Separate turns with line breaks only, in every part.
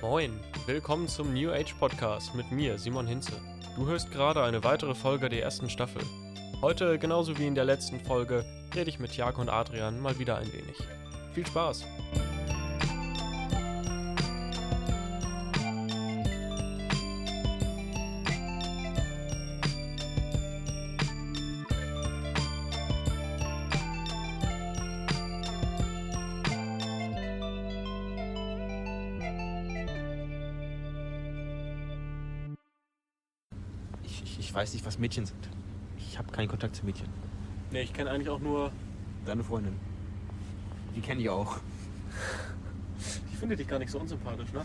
Moin, willkommen zum New Age Podcast mit mir, Simon Hinze. Du hörst gerade eine weitere Folge der ersten Staffel. Heute, genauso wie in der letzten Folge, rede ich mit Jakob und Adrian mal wieder ein wenig. Viel Spaß!
Ich, ich, ich weiß nicht, was Mädchen sind. Ich habe keinen Kontakt zu Mädchen.
Ne, ich kenne eigentlich auch nur.
Deine Freundin. Die kenne ich auch.
Ich finde dich gar nicht so unsympathisch, ne?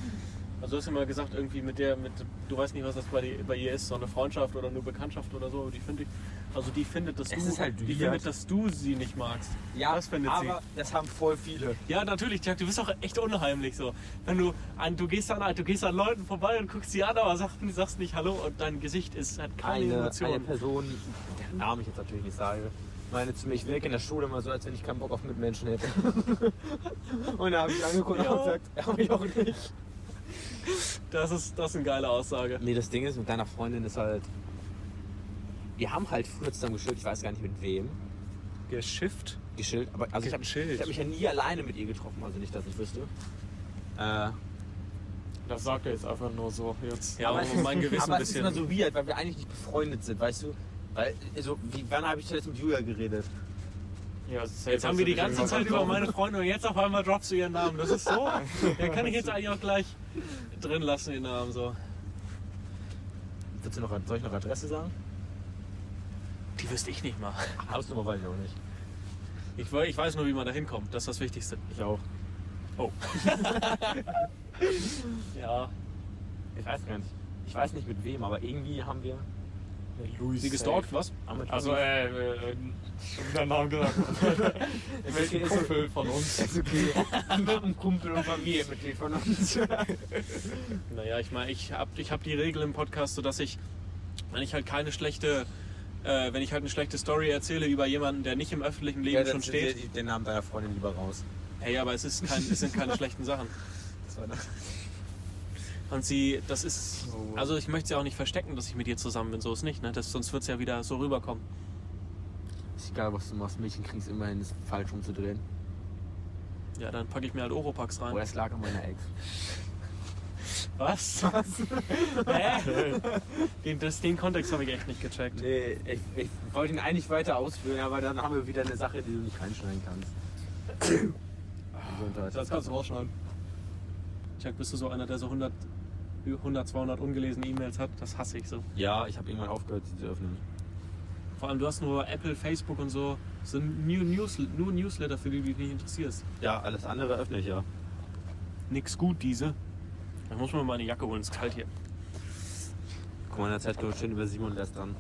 Also du hast ja mal gesagt, irgendwie mit der, mit du weißt nicht, was das bei, dir- bei ihr ist, so eine Freundschaft oder nur Bekanntschaft oder so, aber die finde ich. Also die findet, dass
Es
du
ist halt
die
weird.
findet, dass du sie nicht magst. das findet sie.
aber das haben voll viele.
Ja, natürlich, Jack, du bist doch echt unheimlich so. Wenn du an, du gehst an, du gehst an Leuten vorbei und guckst sie an, aber sagst, sagst nicht Hallo und dein Gesicht ist, hat keine
Eine, eine
Emotionen.
Person, deren Namen ich jetzt natürlich nicht sage, meinte zu mir, ich wirke in der Schule immer so, als wenn ich keinen Bock auf Mitmenschen hätte. und da habe ich angeguckt
Ja.
und gesagt, habe ich auch nicht.
Das ist, das ist eine geile Aussage.
Nee, das Ding ist, mit deiner Freundin ist halt. Wir haben halt früher zusammen geschillt, ich weiß gar nicht mit wem.
Geschifft?
Geschild, aber also ich habe
Geschild.
hab mich ja nie alleine mit ihr getroffen, also nicht, dass ich wüsste. Äh,
Das sagt er jetzt einfach nur so. Jetzt.
Ja, aber
es
um
ist-
mein Gewissen
aber
ein
es ist
bisschen.
immer so weird, weil wir eigentlich nicht befreundet sind, weißt du? Weil, also, wie, wann habe ich zuletzt mit Julia geredet?
Ja, halt safe
Jetzt haben
hast
wir
du
die
dich
ganze Zeit über
irgendwann
meine Freunde und jetzt auf einmal droppst du ihren Namen. Das ist so. Den kann ich jetzt eigentlich auch gleich drin lassen, den Namen so.
Willst du noch, soll ich noch Adresse sagen?
Die wüsste ich nicht mal.
Hausnummer weiß ich auch nicht.
Ich, we- ich weiß nur, wie man da hinkommt. Das ist das Wichtigste.
Ich auch.
Oh. ja.
Ich weiß gar nicht. Ich weiß nicht mit wem, aber irgendwie haben wir.
Luis.
Sie gestalkt, was?
haben wir
Also, äh, äh, äh, schon wieder Namen gesagt.
es
Welchen
ist okay.
Kumpel von uns?
Ist okay. mit einem Kumpel und Familienmitglied von uns.
Naja, ich meine, ich habe ich hab die Regel im Podcast, sodass ich, wenn ich halt keine schlechte, äh, wenn ich halt eine schlechte Story erzähle über jemanden, der nicht im öffentlichen Leben schon steht.
Den Namen deiner Freundin lieber raus.
Hey, aber es, ist kein, es sind keine schlechten Sachen. Und sie, das ist,
So.
also ich möchte sie auch nicht verstecken, dass ich mit ihr zusammen bin, so ist nicht, ne? Das, sonst wird es ja wieder so rüberkommen.
Ist egal, was du machst. Mädchen kriegst immerhin, es falsch umzudrehen.
Ja, dann packe ich mir halt Oropax rein.
Oder es lag an meiner Ex.
Was? Was? Hä? Den, das, den Kontext habe ich echt nicht gecheckt.
Nee, ich, ich wollte ihn eigentlich weiter ausführen, aber dann haben wir wieder eine Sache, die du nicht reinschneiden kannst. Gesundheit.
kannst du rausschneiden. Chuck, bist du so einer, der so 100, 100 200 ungelesene E-Mails hat? Das hasse ich so.
Ja, ich habe irgendwann aufgehört, sie zu öffnen.
Vor allem, du hast nur Apple, Facebook und so. So New News, nur Newsletter, für die du dich nicht interessierst.
Ja, alles andere öffne ich ja.
Nix gut, diese. Dann muss man mal eine Jacke holen, ist kalt hier.
Guck mal, in der Zeit kommt schön über Simon lässt dran.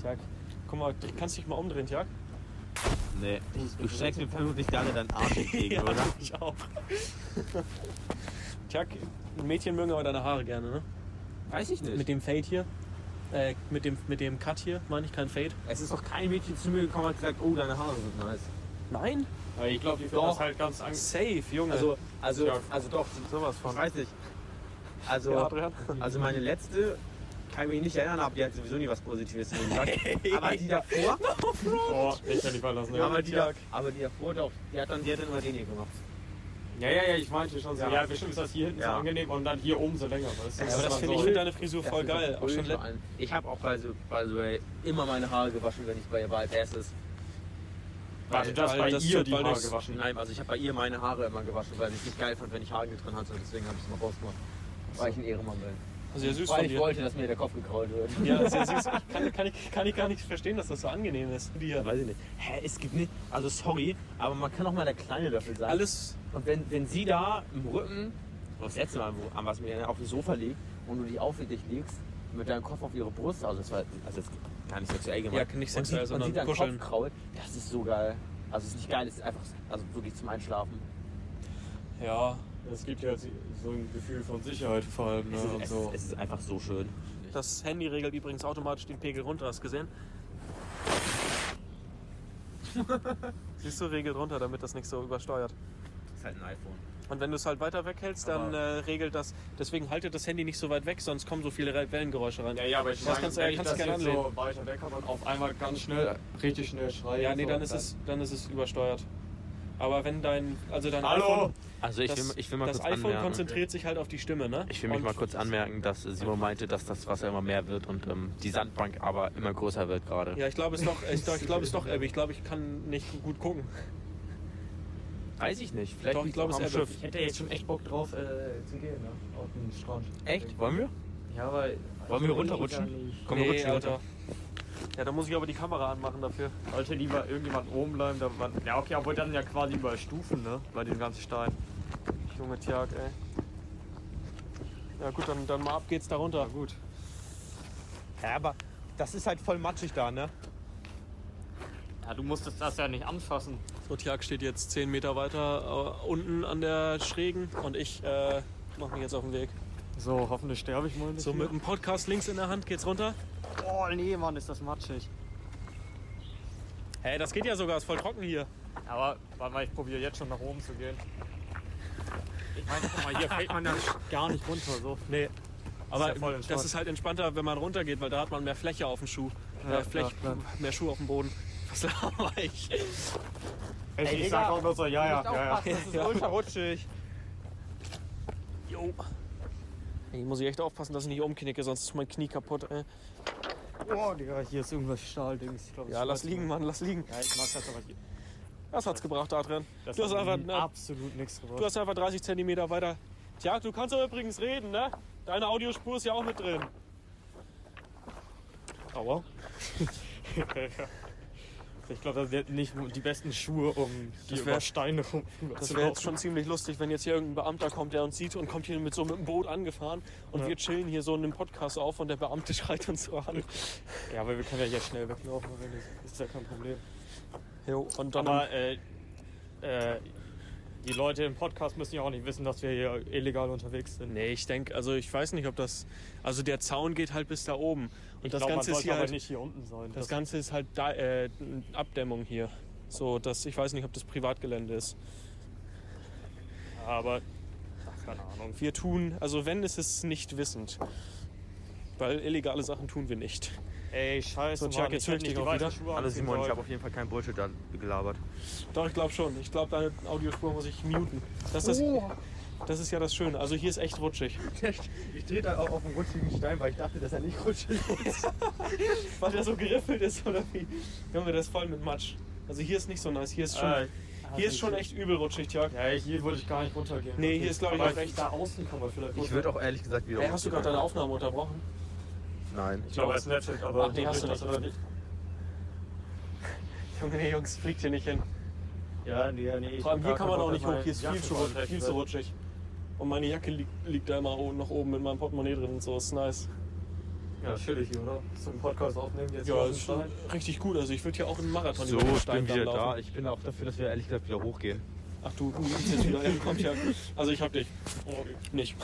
Chuck, guck mal, ich kannst dich mal umdrehen, Chuck.
Nee, du steckst mir vermutlich gerade deinen Arsch entgegen,
ja,
oder?
ich auch. Chuck, Mädchen mögen aber deine Haare gerne, ne?
Weiß ich
Mit dem Fade hier. Äh, mit dem, mit dem Cut hier, meine ich, kein Fade.
Es ist doch kein Mädchen zu mir gekommen und hat gesagt, oh, deine Haare sind nice.
Nein?
Aber ich glaube, die finden
Doch.
das halt ganz angst.
Safe, Junge.
Also, also,
Ja.
also doch,
Sowas von.
weiß ich. Also,
Ja, Adrian?
also meine letzte kann ich mich nicht erinnern, aber die hat sowieso nie was Positives zu mir gesagt. Aber die davor,
Oh, ich kann nicht verlassen. Ja,
aber die, da, aber die davor doch, die hat dann, die hat dann immer den hier gemacht.
ja, ja, ja, ich meinte schon so.
Ja.
Ja, bestimmt ist das hier hinten so
Ja.
angenehm und dann hier oben so länger. Weißt du?
Ja,
Ja, aber
Dass
das
man
finde ich
so-
mit deiner Frisur voll
Das ist
geil. Auch schon
ultra
let-
ein- ich habe auch bei so, bei so ey, immer meine Haare gewaschen, wenn ich bei ihr war als erstes.
Warte, das
weil
bei
das
ihr
wird
die
bald
Haare
das-
gewaschen.
Nein, also ich habe bei ihr meine Haare immer gewaschen, weil ich es nicht geil fand, wenn ich Haare drin hatte. Deswegen habe ich es mal rausgemacht. Weil ich ein Ehrenmann bin.
Sehr süß
Weil
von
ich
dir.
wollte, dass mir der Kopf gekrault wird.
Ja, sehr süß. Ich kann, kann, ich, kann ich gar nicht verstehen, dass das so angenehm ist. äh, Dir.
Äh, Weiß ich nicht. Hä, es gibt nicht. Also sorry, aber man kann auch mal der Kleine dafür sein.
Alles.
Und wenn, wenn sie da im Rücken, das letzte Mal, wo, an was mir auf dem Sofa liegt und du dich aufwendig legst, mit deinem Kopf auf ihre Brust, also das war also jetzt gar nicht sexuell gemacht.
Ja,
Und
nicht sexuell,
sie-
sondern
und sie deinen
kuscheln.
Kopf krault, das ist so geil. Also es ist nicht geil, es ist einfach also wirklich zum Einschlafen.
Ja.
Es gibt ja so ein Gefühl von Sicherheit vor allem. Ne?
Es,
Und
ist,
so.
es, es ist einfach so schön.
Das Handy regelt übrigens automatisch den Pegel runter, hast du gesehen? Siehst du, regelt runter, damit das nicht so übersteuert.
Das ist halt ein iPhone.
Und wenn du es halt weiter weghältst, dann äh, regelt das. Deswegen haltet das Handy nicht so weit weg, sonst kommen so viele Re- Wellengeräusche rein.
Ja, ja, aber ich
Das
meine,
kannst du-
wenn ich
kannst du
das
gerne
jetzt so weiter weg habe und auf einmal ganz schnell, richtig schnell schreie.
Ja, nee,
so,
dann ist es, dann ist es übersteuert. Aber wenn dein, also dein
Hallo!
iPhone,
Also ich
das,
will, ich will mal
das
kurz
iPhone
anmerken.
konzentriert sich halt auf die Stimme, ne?
Ich will mich
Und-
mal kurz anmerken, dass Simon meinte, dass das Wasser immer mehr wird und ähm, die Sandbank aber immer größer wird gerade.
Ja, ich glaube es doch, ich, glaub- ich glaube es doch, Abby. Ich glaube, ich kann nicht gut gucken.
Weiß ich nicht. Vielleicht
Doch,
liegt's
ich glaube,
auch
es
am
ebbt.
Schiff.
Ich hätte jetzt schon echt Bock drauf äh, zu gehen, ne? Auf den Strand.
Echt? Wollen wir?
Ja, weil.
Wollen wir runterrutschen? Komm, wir
nee,
rutschen runter.
Alter. Ja, da muss ich aber die Kamera anmachen dafür.
Sollte lieber irgendjemand oben bleiben, da man. Ja, okay, aber dann ja quasi über Stufen, ne? Bei den ganzen Steinen.
Junge Tjag, ey. Ja gut, dann, dann mal ab geht's da runter. gut.
Ja, aber das ist halt voll matschig da, ne?
Ja, du musstest das ja nicht anfassen.
So, Tjag steht jetzt 10 Meter weiter äh, unten an der Schrägen und ich äh, mache mich jetzt auf den Weg.
So, hoffentlich sterbe ich mal nicht.
So,
hier.
mit dem Podcast links in der Hand geht's runter.
Oh nee, Mann, ist das matschig.
Hey, das geht ja sogar, ist voll trocken hier.
Aber warte mal, ich probiere jetzt schon nach oben zu gehen. Ich meine, guck mal, hier fällt man ja gar nicht runter. So.
Nee. Aber
ja voll entspannt.
das ist halt entspannter, wenn man runtergeht, weil da hat man mehr Fläche auf dem Schuh. mehr, Fläch, mehr Schuh auf dem Boden. Was laber ich?
Ich, ich sag auch nur so, ja, ja, ja, ja.
Das ist ultra rutschig.
Jo. Ich muss ich echt aufpassen, dass ich nicht umknicke, sonst ist mein Knie kaputt. Ey.
Oh, Digga, hier ist irgendwas Stahldings. Ich glaub,
Ja, lass liegen, Mann, lass liegen.
Ja, ich mag das aber hier.
Was hat's gebracht, Adrian?
Das
Du hast
hat
einfach, na,
absolut nichts gebracht.
du hast einfach 30 Zentimeter weiter. Tja, du kannst aber übrigens reden, ne? Deine Audiospur ist ja auch mit drin.
Aua.
Ich glaube, das sind nicht die besten Schuhe, um die
Das wär-
über Steine rum.
Das wäre jetzt schon ziemlich lustig, wenn jetzt hier irgendein Beamter kommt, der uns sieht und kommt hier mit so mit dem Boot angefahren und wir chillen hier so in einem Podcast auf und der Beamte schreit uns so an.
Ja, aber wir können ja hier schnell weglaufen, wenn nicht. Ist ja kein Problem.
Jo, und dann
Aber äh, äh, die Leute im Podcast müssen ja auch nicht wissen, dass wir hier illegal unterwegs sind.
Nee, ich denke, also ich weiß nicht, ob das. Also der Zaun geht halt bis da oben. Und
Ich
das
glaub, man
Ganze ist
sollte
hier
aber
halt,
nicht hier unten sein.
Das Ganze ist halt da, äh, Abdämmung hier. So, dass ich weiß nicht, ob das Privatgelände ist.
aber ach, keine Ahnung.
Wir tun, also wenn, ist es nicht wissend. Weil illegale Sachen tun wir nicht.
Ey, scheiße,
So,
Mann,
Chuck, jetzt
ich
höre ich
hätte nicht
dich
die
auch
weißen
wieder.
Schuhe
Hallo
anziehen
Simon, ich
sollen.
habe auf jeden Fall keinen Bullshit da gelabert.
Doch, ich glaube schon. Ich glaube, deine Audiospur muss ich muten. Das ist, das ist ja das Schöne. Also hier ist echt rutschig.
Ich stehe da auch auf dem rutschigen Stein, weil ich dachte, dass er nicht rutschig ist.
Weil der so geriffelt ist oder wie? Junge, das ist voll mit Matsch. Also hier ist nicht so nice. Hier ist schon,
Äh,
hier ist schon echt übel rutschig, Jörg.
ja, hier würde ich gar nicht runtergehen.
Nee, hier ist, glaube ich,
Aber
auch recht.
Da außen kann man vielleicht
Ich würde auch ehrlich gesagt wieder.
Ey, hast du gerade deine
runtergehen.
Aufnahme unterbrochen?
Nein.
Ich glaube, es ist Netflix, aber
Ach, nee, hast du
das
nicht.
oder nicht.
Junge, nee, Jungs, fliegt hier nicht hin.
Ja, nee, nee. ich
Vor allem
hab
hier
gar
kann
keinen
man auch
Bock,
nicht
dass
hoch, hier ist
meine
viel zu,
Jacke
rutschig,
ne?
viel zu rutschig. Und meine Jacke liegt, liegt da immer oben, noch oben mit meinem Portemonnaie drin und so, ist nice.
Ja, chillig hier, oder? Zum Podcast aufnehmen jetzt.
Ja,
hier
das
auf dem
ist schon
Stein.
richtig gut, also ich würde ja auch einen Marathon
So,
über den
ich bin
Steindamm
wieder da.
laufen.
Ich bin auch dafür, dass wir ehrlich gesagt wieder hochgehen.
Ach du, du bist jetzt wieder, ja, komm, ja. Also ich hab dich. Nicht.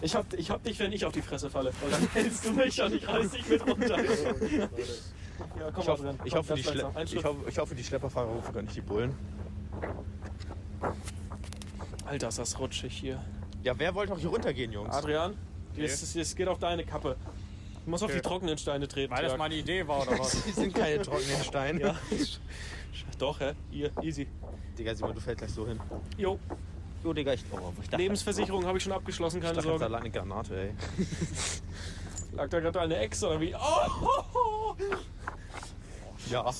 Ich hab, ich hab dich, wenn ich auf die Fresse falle. Und dann hältst du mich und ich reiß dich mit runter. Ja, komm
Ich
mal drin.
hoffe, ich
Komm,
hoffe, die,
ganz langsam.
Schle
Ein
ich
Schritt.
hoffe, ich hoffe die Schlepperfahrer rufen gar nicht die Bullen.
Alter, ist das rutschig hier.
Ja, wer wollte noch hier runtergehen, Jungs?
Adrian, es, es geht auf deine Kappe. Du musst auf die trockenen Steine treten.
Weil das
Jörg.
meine Idee war, oder was?
Die sind keine trockenen Steine.
Ja. Doch, hä? Hier, easy.
Digga, Simon, du fällst gleich so hin.
Jo,
Jo, Digga, ich. Oh, ich dachte,
Lebensversicherung habe ich schon abgeschlossen,
ich
keine
dachte jetzt
Sorge.
allein eine Granate, ey.
Lag da gerade eine Ex oder wie? Oh, oh,
Ja. War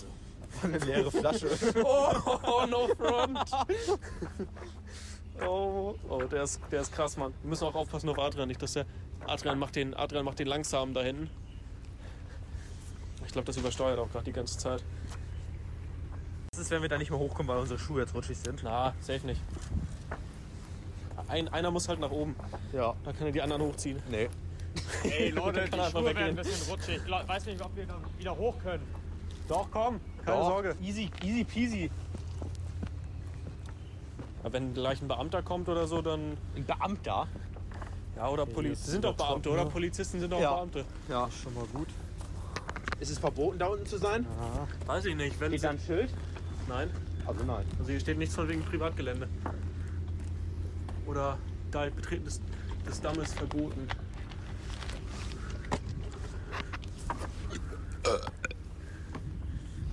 eine leere Flasche.
oh, oh, oh no front. Oh, oh der, ist, der ist krass, Mann. Wir müssen auch aufpassen auf Adrian, nicht, dass der. Adrian macht den, Adrian macht den langsamen da hinten. Ich glaube, das übersteuert auch gerade die ganze Zeit.
Was ist, wenn wir da nicht mehr hochkommen, weil unsere Schuhe jetzt rutschig sind?
Na, safe nicht. Ein, einer muss halt nach oben.
Ja.
Da kann er die anderen hochziehen.
Nee.
Ey,
Der
Leute,
kann
die
einfach
Schuhe werden ein
weggehen.
bisschen rutschig. Ich glaub- weiß nicht, ob wir da wieder hoch können.
Doch, komm. Keine Sorge.
Easy, easy peasy.
Ja, wenn gleich ein Beamter kommt oder so, dann.
Ein Beamter?
Ja, oder Polizisten. Sind doch Beamte, oder? Polizisten sind doch
Ja.
Beamte.
Ja. Schon mal gut. Ist es verboten, da unten zu sein?
Weiß ich nicht. Wenn
ein Schild?
Nein.
Also nein.
Also hier steht nichts von wegen Privatgelände. oder da Betreten des, des Dammes verboten.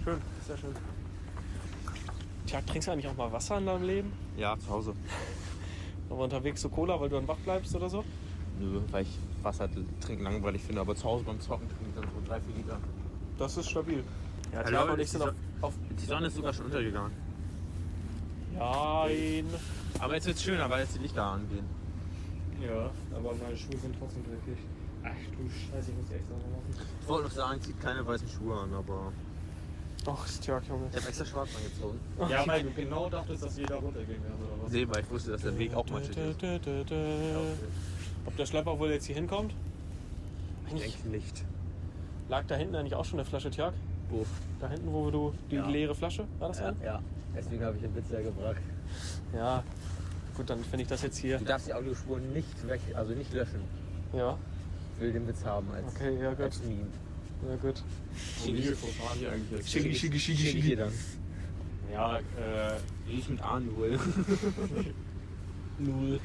Schön, sehr schön. Tja, trinkst du eigentlich auch mal Wasser in deinem Leben?
Ja, zu Hause.
Aber unterwegs so Cola, weil du dann wach bleibst oder so?
Nö, weil ich Wasser trinken langweilig finde, aber zu Hause beim Zocken trinke ich dann so drei, vier Liter.
Das ist stabil. Ja,
Also,
Tiago
aber
und ich
die
sind auf,
Sonne-
auf
Die Sonne ist sogar schon untergegangen.
Nein.
Aber jetzt wird's schöner, weil jetzt die Lichter angehen.
Ja, aber meine Schuhe sind trotzdem dreckig. Ach du Scheiße, ich muss die echt sauber machen.
Ich wollte noch sagen, zieht keine weißen Schuhe an, aber.
Och, Tjörg, Junge.
Ich habe extra schwarz angezogen.
Ja, weil du genau dachtest, dass jeder runtergehen wäre, oder was?
Nee, weil ich wusste, dass der Weg auch mal schick ist.
Dö, dö, dö, dö. Ob der Schlepper wohl jetzt hier hinkommt?
Ich denke nicht.
Lag da hinten eigentlich auch schon eine Flasche Tjörg?
Wo?
Da hinten, wo du die
Ja.
leere Flasche, war das
Ja,
ein?
ja. Deswegen habe ich den Witz ja gebracht.
Ja. Gut, dann finde ich das jetzt hier.
Du darfst die Audiospuren nicht weg, also nicht löschen.
Ja,
Ich will den Witz haben als,
okay, ja gut.
als Meme.
Ja, gut.
Schicki, eigentlich
Schicki, schicki, schicki, schicki. dann.
Ja, äh,
Ich mit Anuel.
Null.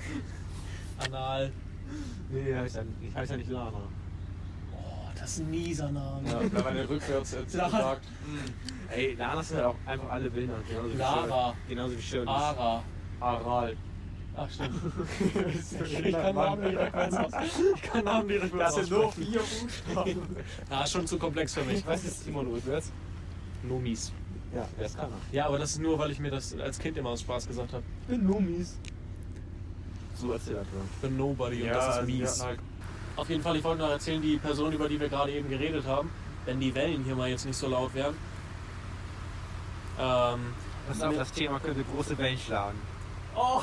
Anal.
nee, heißt ja, ich heiße ja nicht Lana.
Oh, das ist ein mieser Name.
Ja, wenn man den rückwärts jetzt sagt.
äh, hm. Ey, Lana sind halt auch einfach alle Bilder. Genauso wie
Lara.
Schön. Genauso wie schön.
Ara.
Aral.
Ach, stimmt.
Ich kann Namen nicht rückwärts aus. Ich kann Namen nicht rückwärts Das sind nur vier Buchstaben.
Ah, ist schon zu komplex für mich.
Was ist Simon rückwärts?
Nomis.
Ja, das kann er.
Ja, aber das ist nur, weil ich mir das als Kind immer aus Spaß gesagt habe.
Ich bin Lumis.
So erzählt er.
The Nobody und das ist mies.
halt
Auf jeden Fall, ich wollte noch erzählen, die Person, über die wir gerade eben geredet haben, wenn die Wellen hier mal jetzt nicht so laut wären. Ähm.
Pass auf, das Thema könnte große Wellen schlagen.
Oh!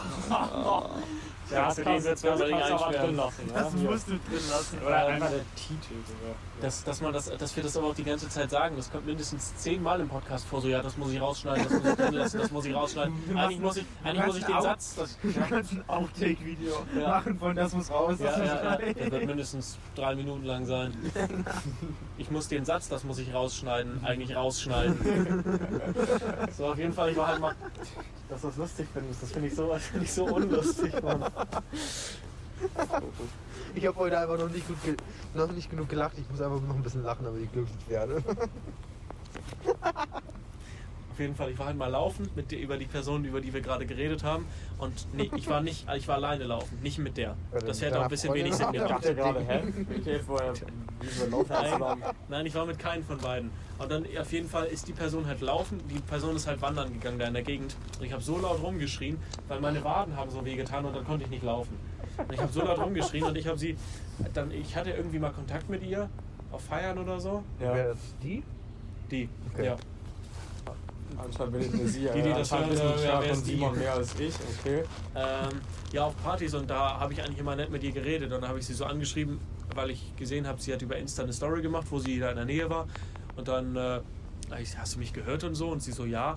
Ja, das kannst du jetzt ganz einfach
einsperren.
drin lassen. ne? Das musst du drin lassen. Oder einfach der Titel sogar.
Dass, dass, man das, dass wir das aber auch die ganze Zeit sagen, das kommt mindestens zehnmal im Podcast vor, so ja, das muss ich rausschneiden, das muss ich drin lassen, das muss ich rausschneiden. Eigentlich muss ich, eigentlich muss ich den Satz, das,
Wir können ein Outtake-Video
Ja.
machen von das muss raus.
ja, ja, ja, der wird mindestens drei Minuten lang sein. Ich muss den Satz, das muss ich rausschneiden, eigentlich rausschneiden. So, auf jeden Fall, ich war halt mal,
Dass du das lustig findest, das finde ich so, find ich so unlustig, Mann.
Ich habe heute einfach noch nicht, gut ge noch nicht genug gelacht. Ich muss einfach noch ein bisschen lachen, damit ich glücklich werde.
auf jeden Fall, ich war halt mal laufen mit der, über die Person, über die wir gerade geredet haben. Und nee, ich war nicht, ich war alleine laufen, nicht mit der. Das hätte auch ein bisschen wenig Sinn
Ich
gemacht.
dachte gerade, hä? Okay, vorher, wie wir laufen
Nein,
zusammen.
nein, ich war mit keinem von beiden. Und dann auf jeden Fall ist die Person halt laufen, die Person ist halt wandern gegangen da in der Gegend. Und ich habe so laut rumgeschrien, weil meine Waden haben so wehgetan und dann konnte ich nicht laufen. Und ich habe so laut rumgeschrien und ich habe sie, dann ich hatte irgendwie mal Kontakt mit ihr auf Feiern oder so.
Ja,
ist die?
Die,
Okay.
ja.
anscheinend bin ich eine Sieger.
Die, die
ja.
das
Anscheinend
hören,
wissen
äh,
Stark
wer ist
und
die?
Simon mehr als ich, okay.
ähm, ja, auf Partys und da habe ich eigentlich immer nett mit ihr geredet. Und da habe ich sie so angeschrieben, weil ich gesehen habe, sie hat über Insta eine Story gemacht, wo sie da in der Nähe war. Und dann, äh, hab ich, hast du mich gehört und so? Und sie so, ja.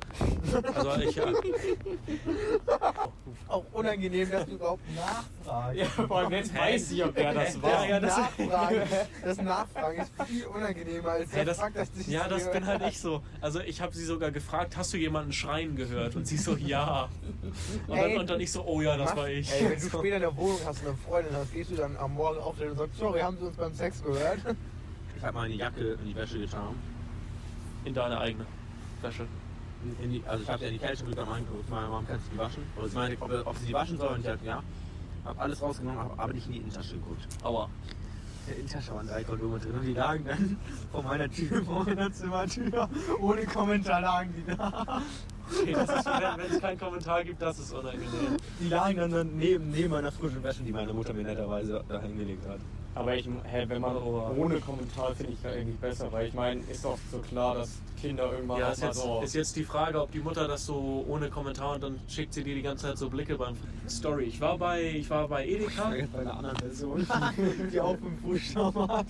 Also ich, äh,
Auch unangenehm, dass du überhaupt nachfragst.
Ja, vor allem jetzt weiß ich, ob wer das
war.
war.
Ja, das-
Nachfragen, das Nachfragen ist viel unangenehmer als
Hey, das,
Frag, dass dich
ja, das
jemand-
bin halt ich so. Also ich habe sie sogar gefragt, hast du jemanden schreien gehört? Und sie so, ja. Und dann,
Ey.
und dann ich so, oh ja, das war ich.
Ey, wenn du später in der Wohnung "Oh, hast und eine Freundin hast, gehst du dann am Morgen auf und sagst, sorry, haben sie uns beim Sex gehört?
Ich habe meine Jacke in die Wäsche getan.
In deine eigene Flasche.
In die, also ich habe ja in die Kälte gedrückt, meine Mom, kannst du die waschen? Oder sie meinte, ob, ob sie die waschen soll. Und ich habe ja. Hab alles rausgenommen, hab aber nicht in die Innentasche geguckt.
Aua.
Der Innentasche waren drei Kondome drin Äh, und die lagen dann vor meiner Tür, vor meiner Zimmertür. Ohne Kommentar lagen die da.
Okay, das ist, wenn wenn es keinen Kommentar gibt, das ist unangenehm.
Die lagen dann, dann neben, neben meiner frischen Wäsche, die meine Mutter mir netterweise da hingelegt hat.
Aber ich, hä, wenn man ohne Kommentar finde ich ja irgendwie besser, weil ich meine, ist doch so klar, dass Kinder irgendwann
Ja,
auch
ist
mal
jetzt,
so.
ist jetzt die Frage, ob die Mutter das so ohne Kommentar und dann schickt sie dir die ganze Zeit so Blicke beim Story. Ich war bei, ich war bei Edeka.
Bei einer anderen Person, die auch einen Buchstaben hat.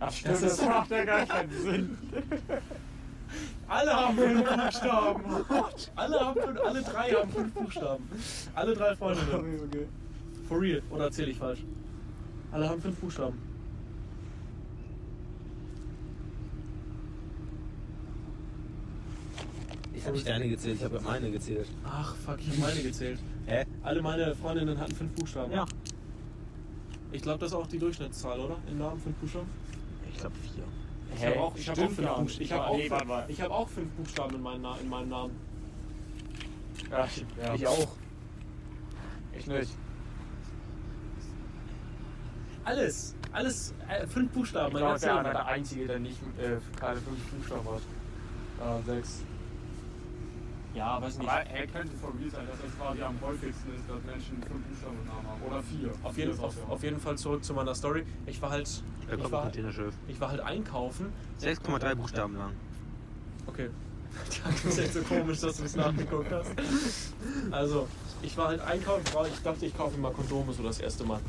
Ach, stimmt, das,
das ist-
macht ja gar keinen Sinn.
Alle haben fünf Buchstaben. Alle haben fünf, alle drei haben fünf Buchstaben. Alle drei Freundinnen.
Okay.
For real. Oder erzähle ich falsch? Alle haben fünf Buchstaben.
Ich habe nicht deine gezählt, ich habe meine gezählt.
Ach, fuck, ich habe meine gezählt.
Hä? Alle meine Freundinnen hatten fünf Buchstaben.
Ja.
Ich glaube, das ist auch die Durchschnittszahl, oder? Im Namen fünf Buchstaben?
Ich glaube vier.
Ich
Hä?
habe auch, ich hab auch,
Stimmt
fünf
gar
Buchst-
nicht.
ich hab
Ja,
auch,
nee, warte
fünf-
mal.
ich hab auch fünf Buchstaben in, meinen Na- in meinem Namen.
Ja, ja.
Ich auch. Ich nicht.
Alles, alles, äh, fünf Buchstaben.
Ich glaube,
ganzer
der
Name.
einer der Einzige, der nicht äh, keine fünf Buchstaben hat. Äh, sechs.
ja, weiß nicht.
Aber er könnte von mir sein, dass das quasi am häufigsten ist, dass Menschen fünf Buchstaben im Namen haben. Oder vier.
Auf jeden,
Vier ist auch
auf, auf jeden Fall zurück zu meiner Story. Ich war halt,
Da
ich
kommt ein
war,
Containerschiff.
ich war halt einkaufen.
6,3 Buchstaben lang.
Okay. Das ist jetzt so komisch, dass du das nachgeguckt hast. Also, ich war halt einkaufen, weil ich dachte, ich kaufe mir mal Kondome so das erste Mal.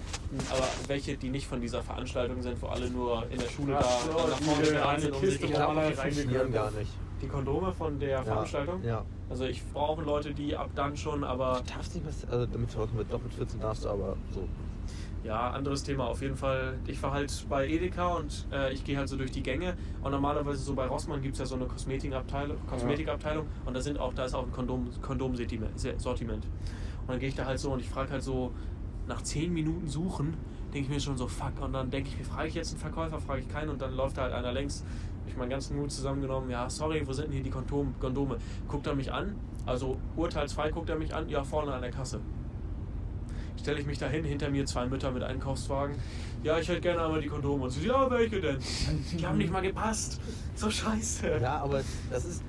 Aber welche, die nicht von dieser Veranstaltung sind, wo alle nur in der Schule
Ach
da
so,
dann nach vorne
diese
gerannt
eine
sind, um
Kiste,
sich
wo
glaub,
alle
die
reingehen
funktionieren gar nicht.
die Kondome von der Veranstaltung.
Ja.
Also ich brauche Leute, die ab dann schon, aber
Du darfst nicht was, also damit mit doppelt 14 darfst du aber so.
Ja, anderes Thema auf jeden Fall. Ich war halt bei Edeka und äh, ich gehe halt so durch die Gänge. Und normalerweise so bei Rossmann gibt es ja so eine Kosmetikabteilung, Kosmetikabteilung und da sind auch, da ist auch ein Kondom, Kondomsortiment. Sortiment. Und dann gehe ich da halt so und ich frage halt so, nach zehn Minuten suchen, denke ich mir schon so, fuck. Und dann denke ich mir, frage ich jetzt einen Verkäufer, frage ich keinen und dann läuft da halt einer längs. Hab Ich meinen ganzen Mut zusammengenommen, ja, sorry, wo sind denn hier die Kondom, Kondome? Guckt er mich an, also urteilsfrei guckt er mich an, ja, vorne an der Kasse stelle ich mich dahin, hinter mir zwei Mütter mit Einkaufswagen. Ja, ich hätte gerne einmal die Kondome. Und sie, ja, welche denn? Die haben nicht mal gepasst. So scheiße.
Ja, aber das ist,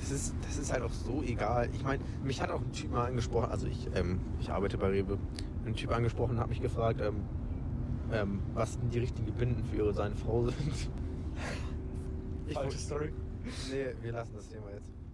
das ist, das ist halt auch so egal. Ich meine, mich hat auch ein Typ mal angesprochen, also ich, ähm, ich arbeite bei Rewe, ein Typ angesprochen hat mich gefragt, ähm, ähm, was denn die richtigen Binden für ihre, seine Frau sind. Ich,
Story.
nee, wir lassen das Thema jetzt.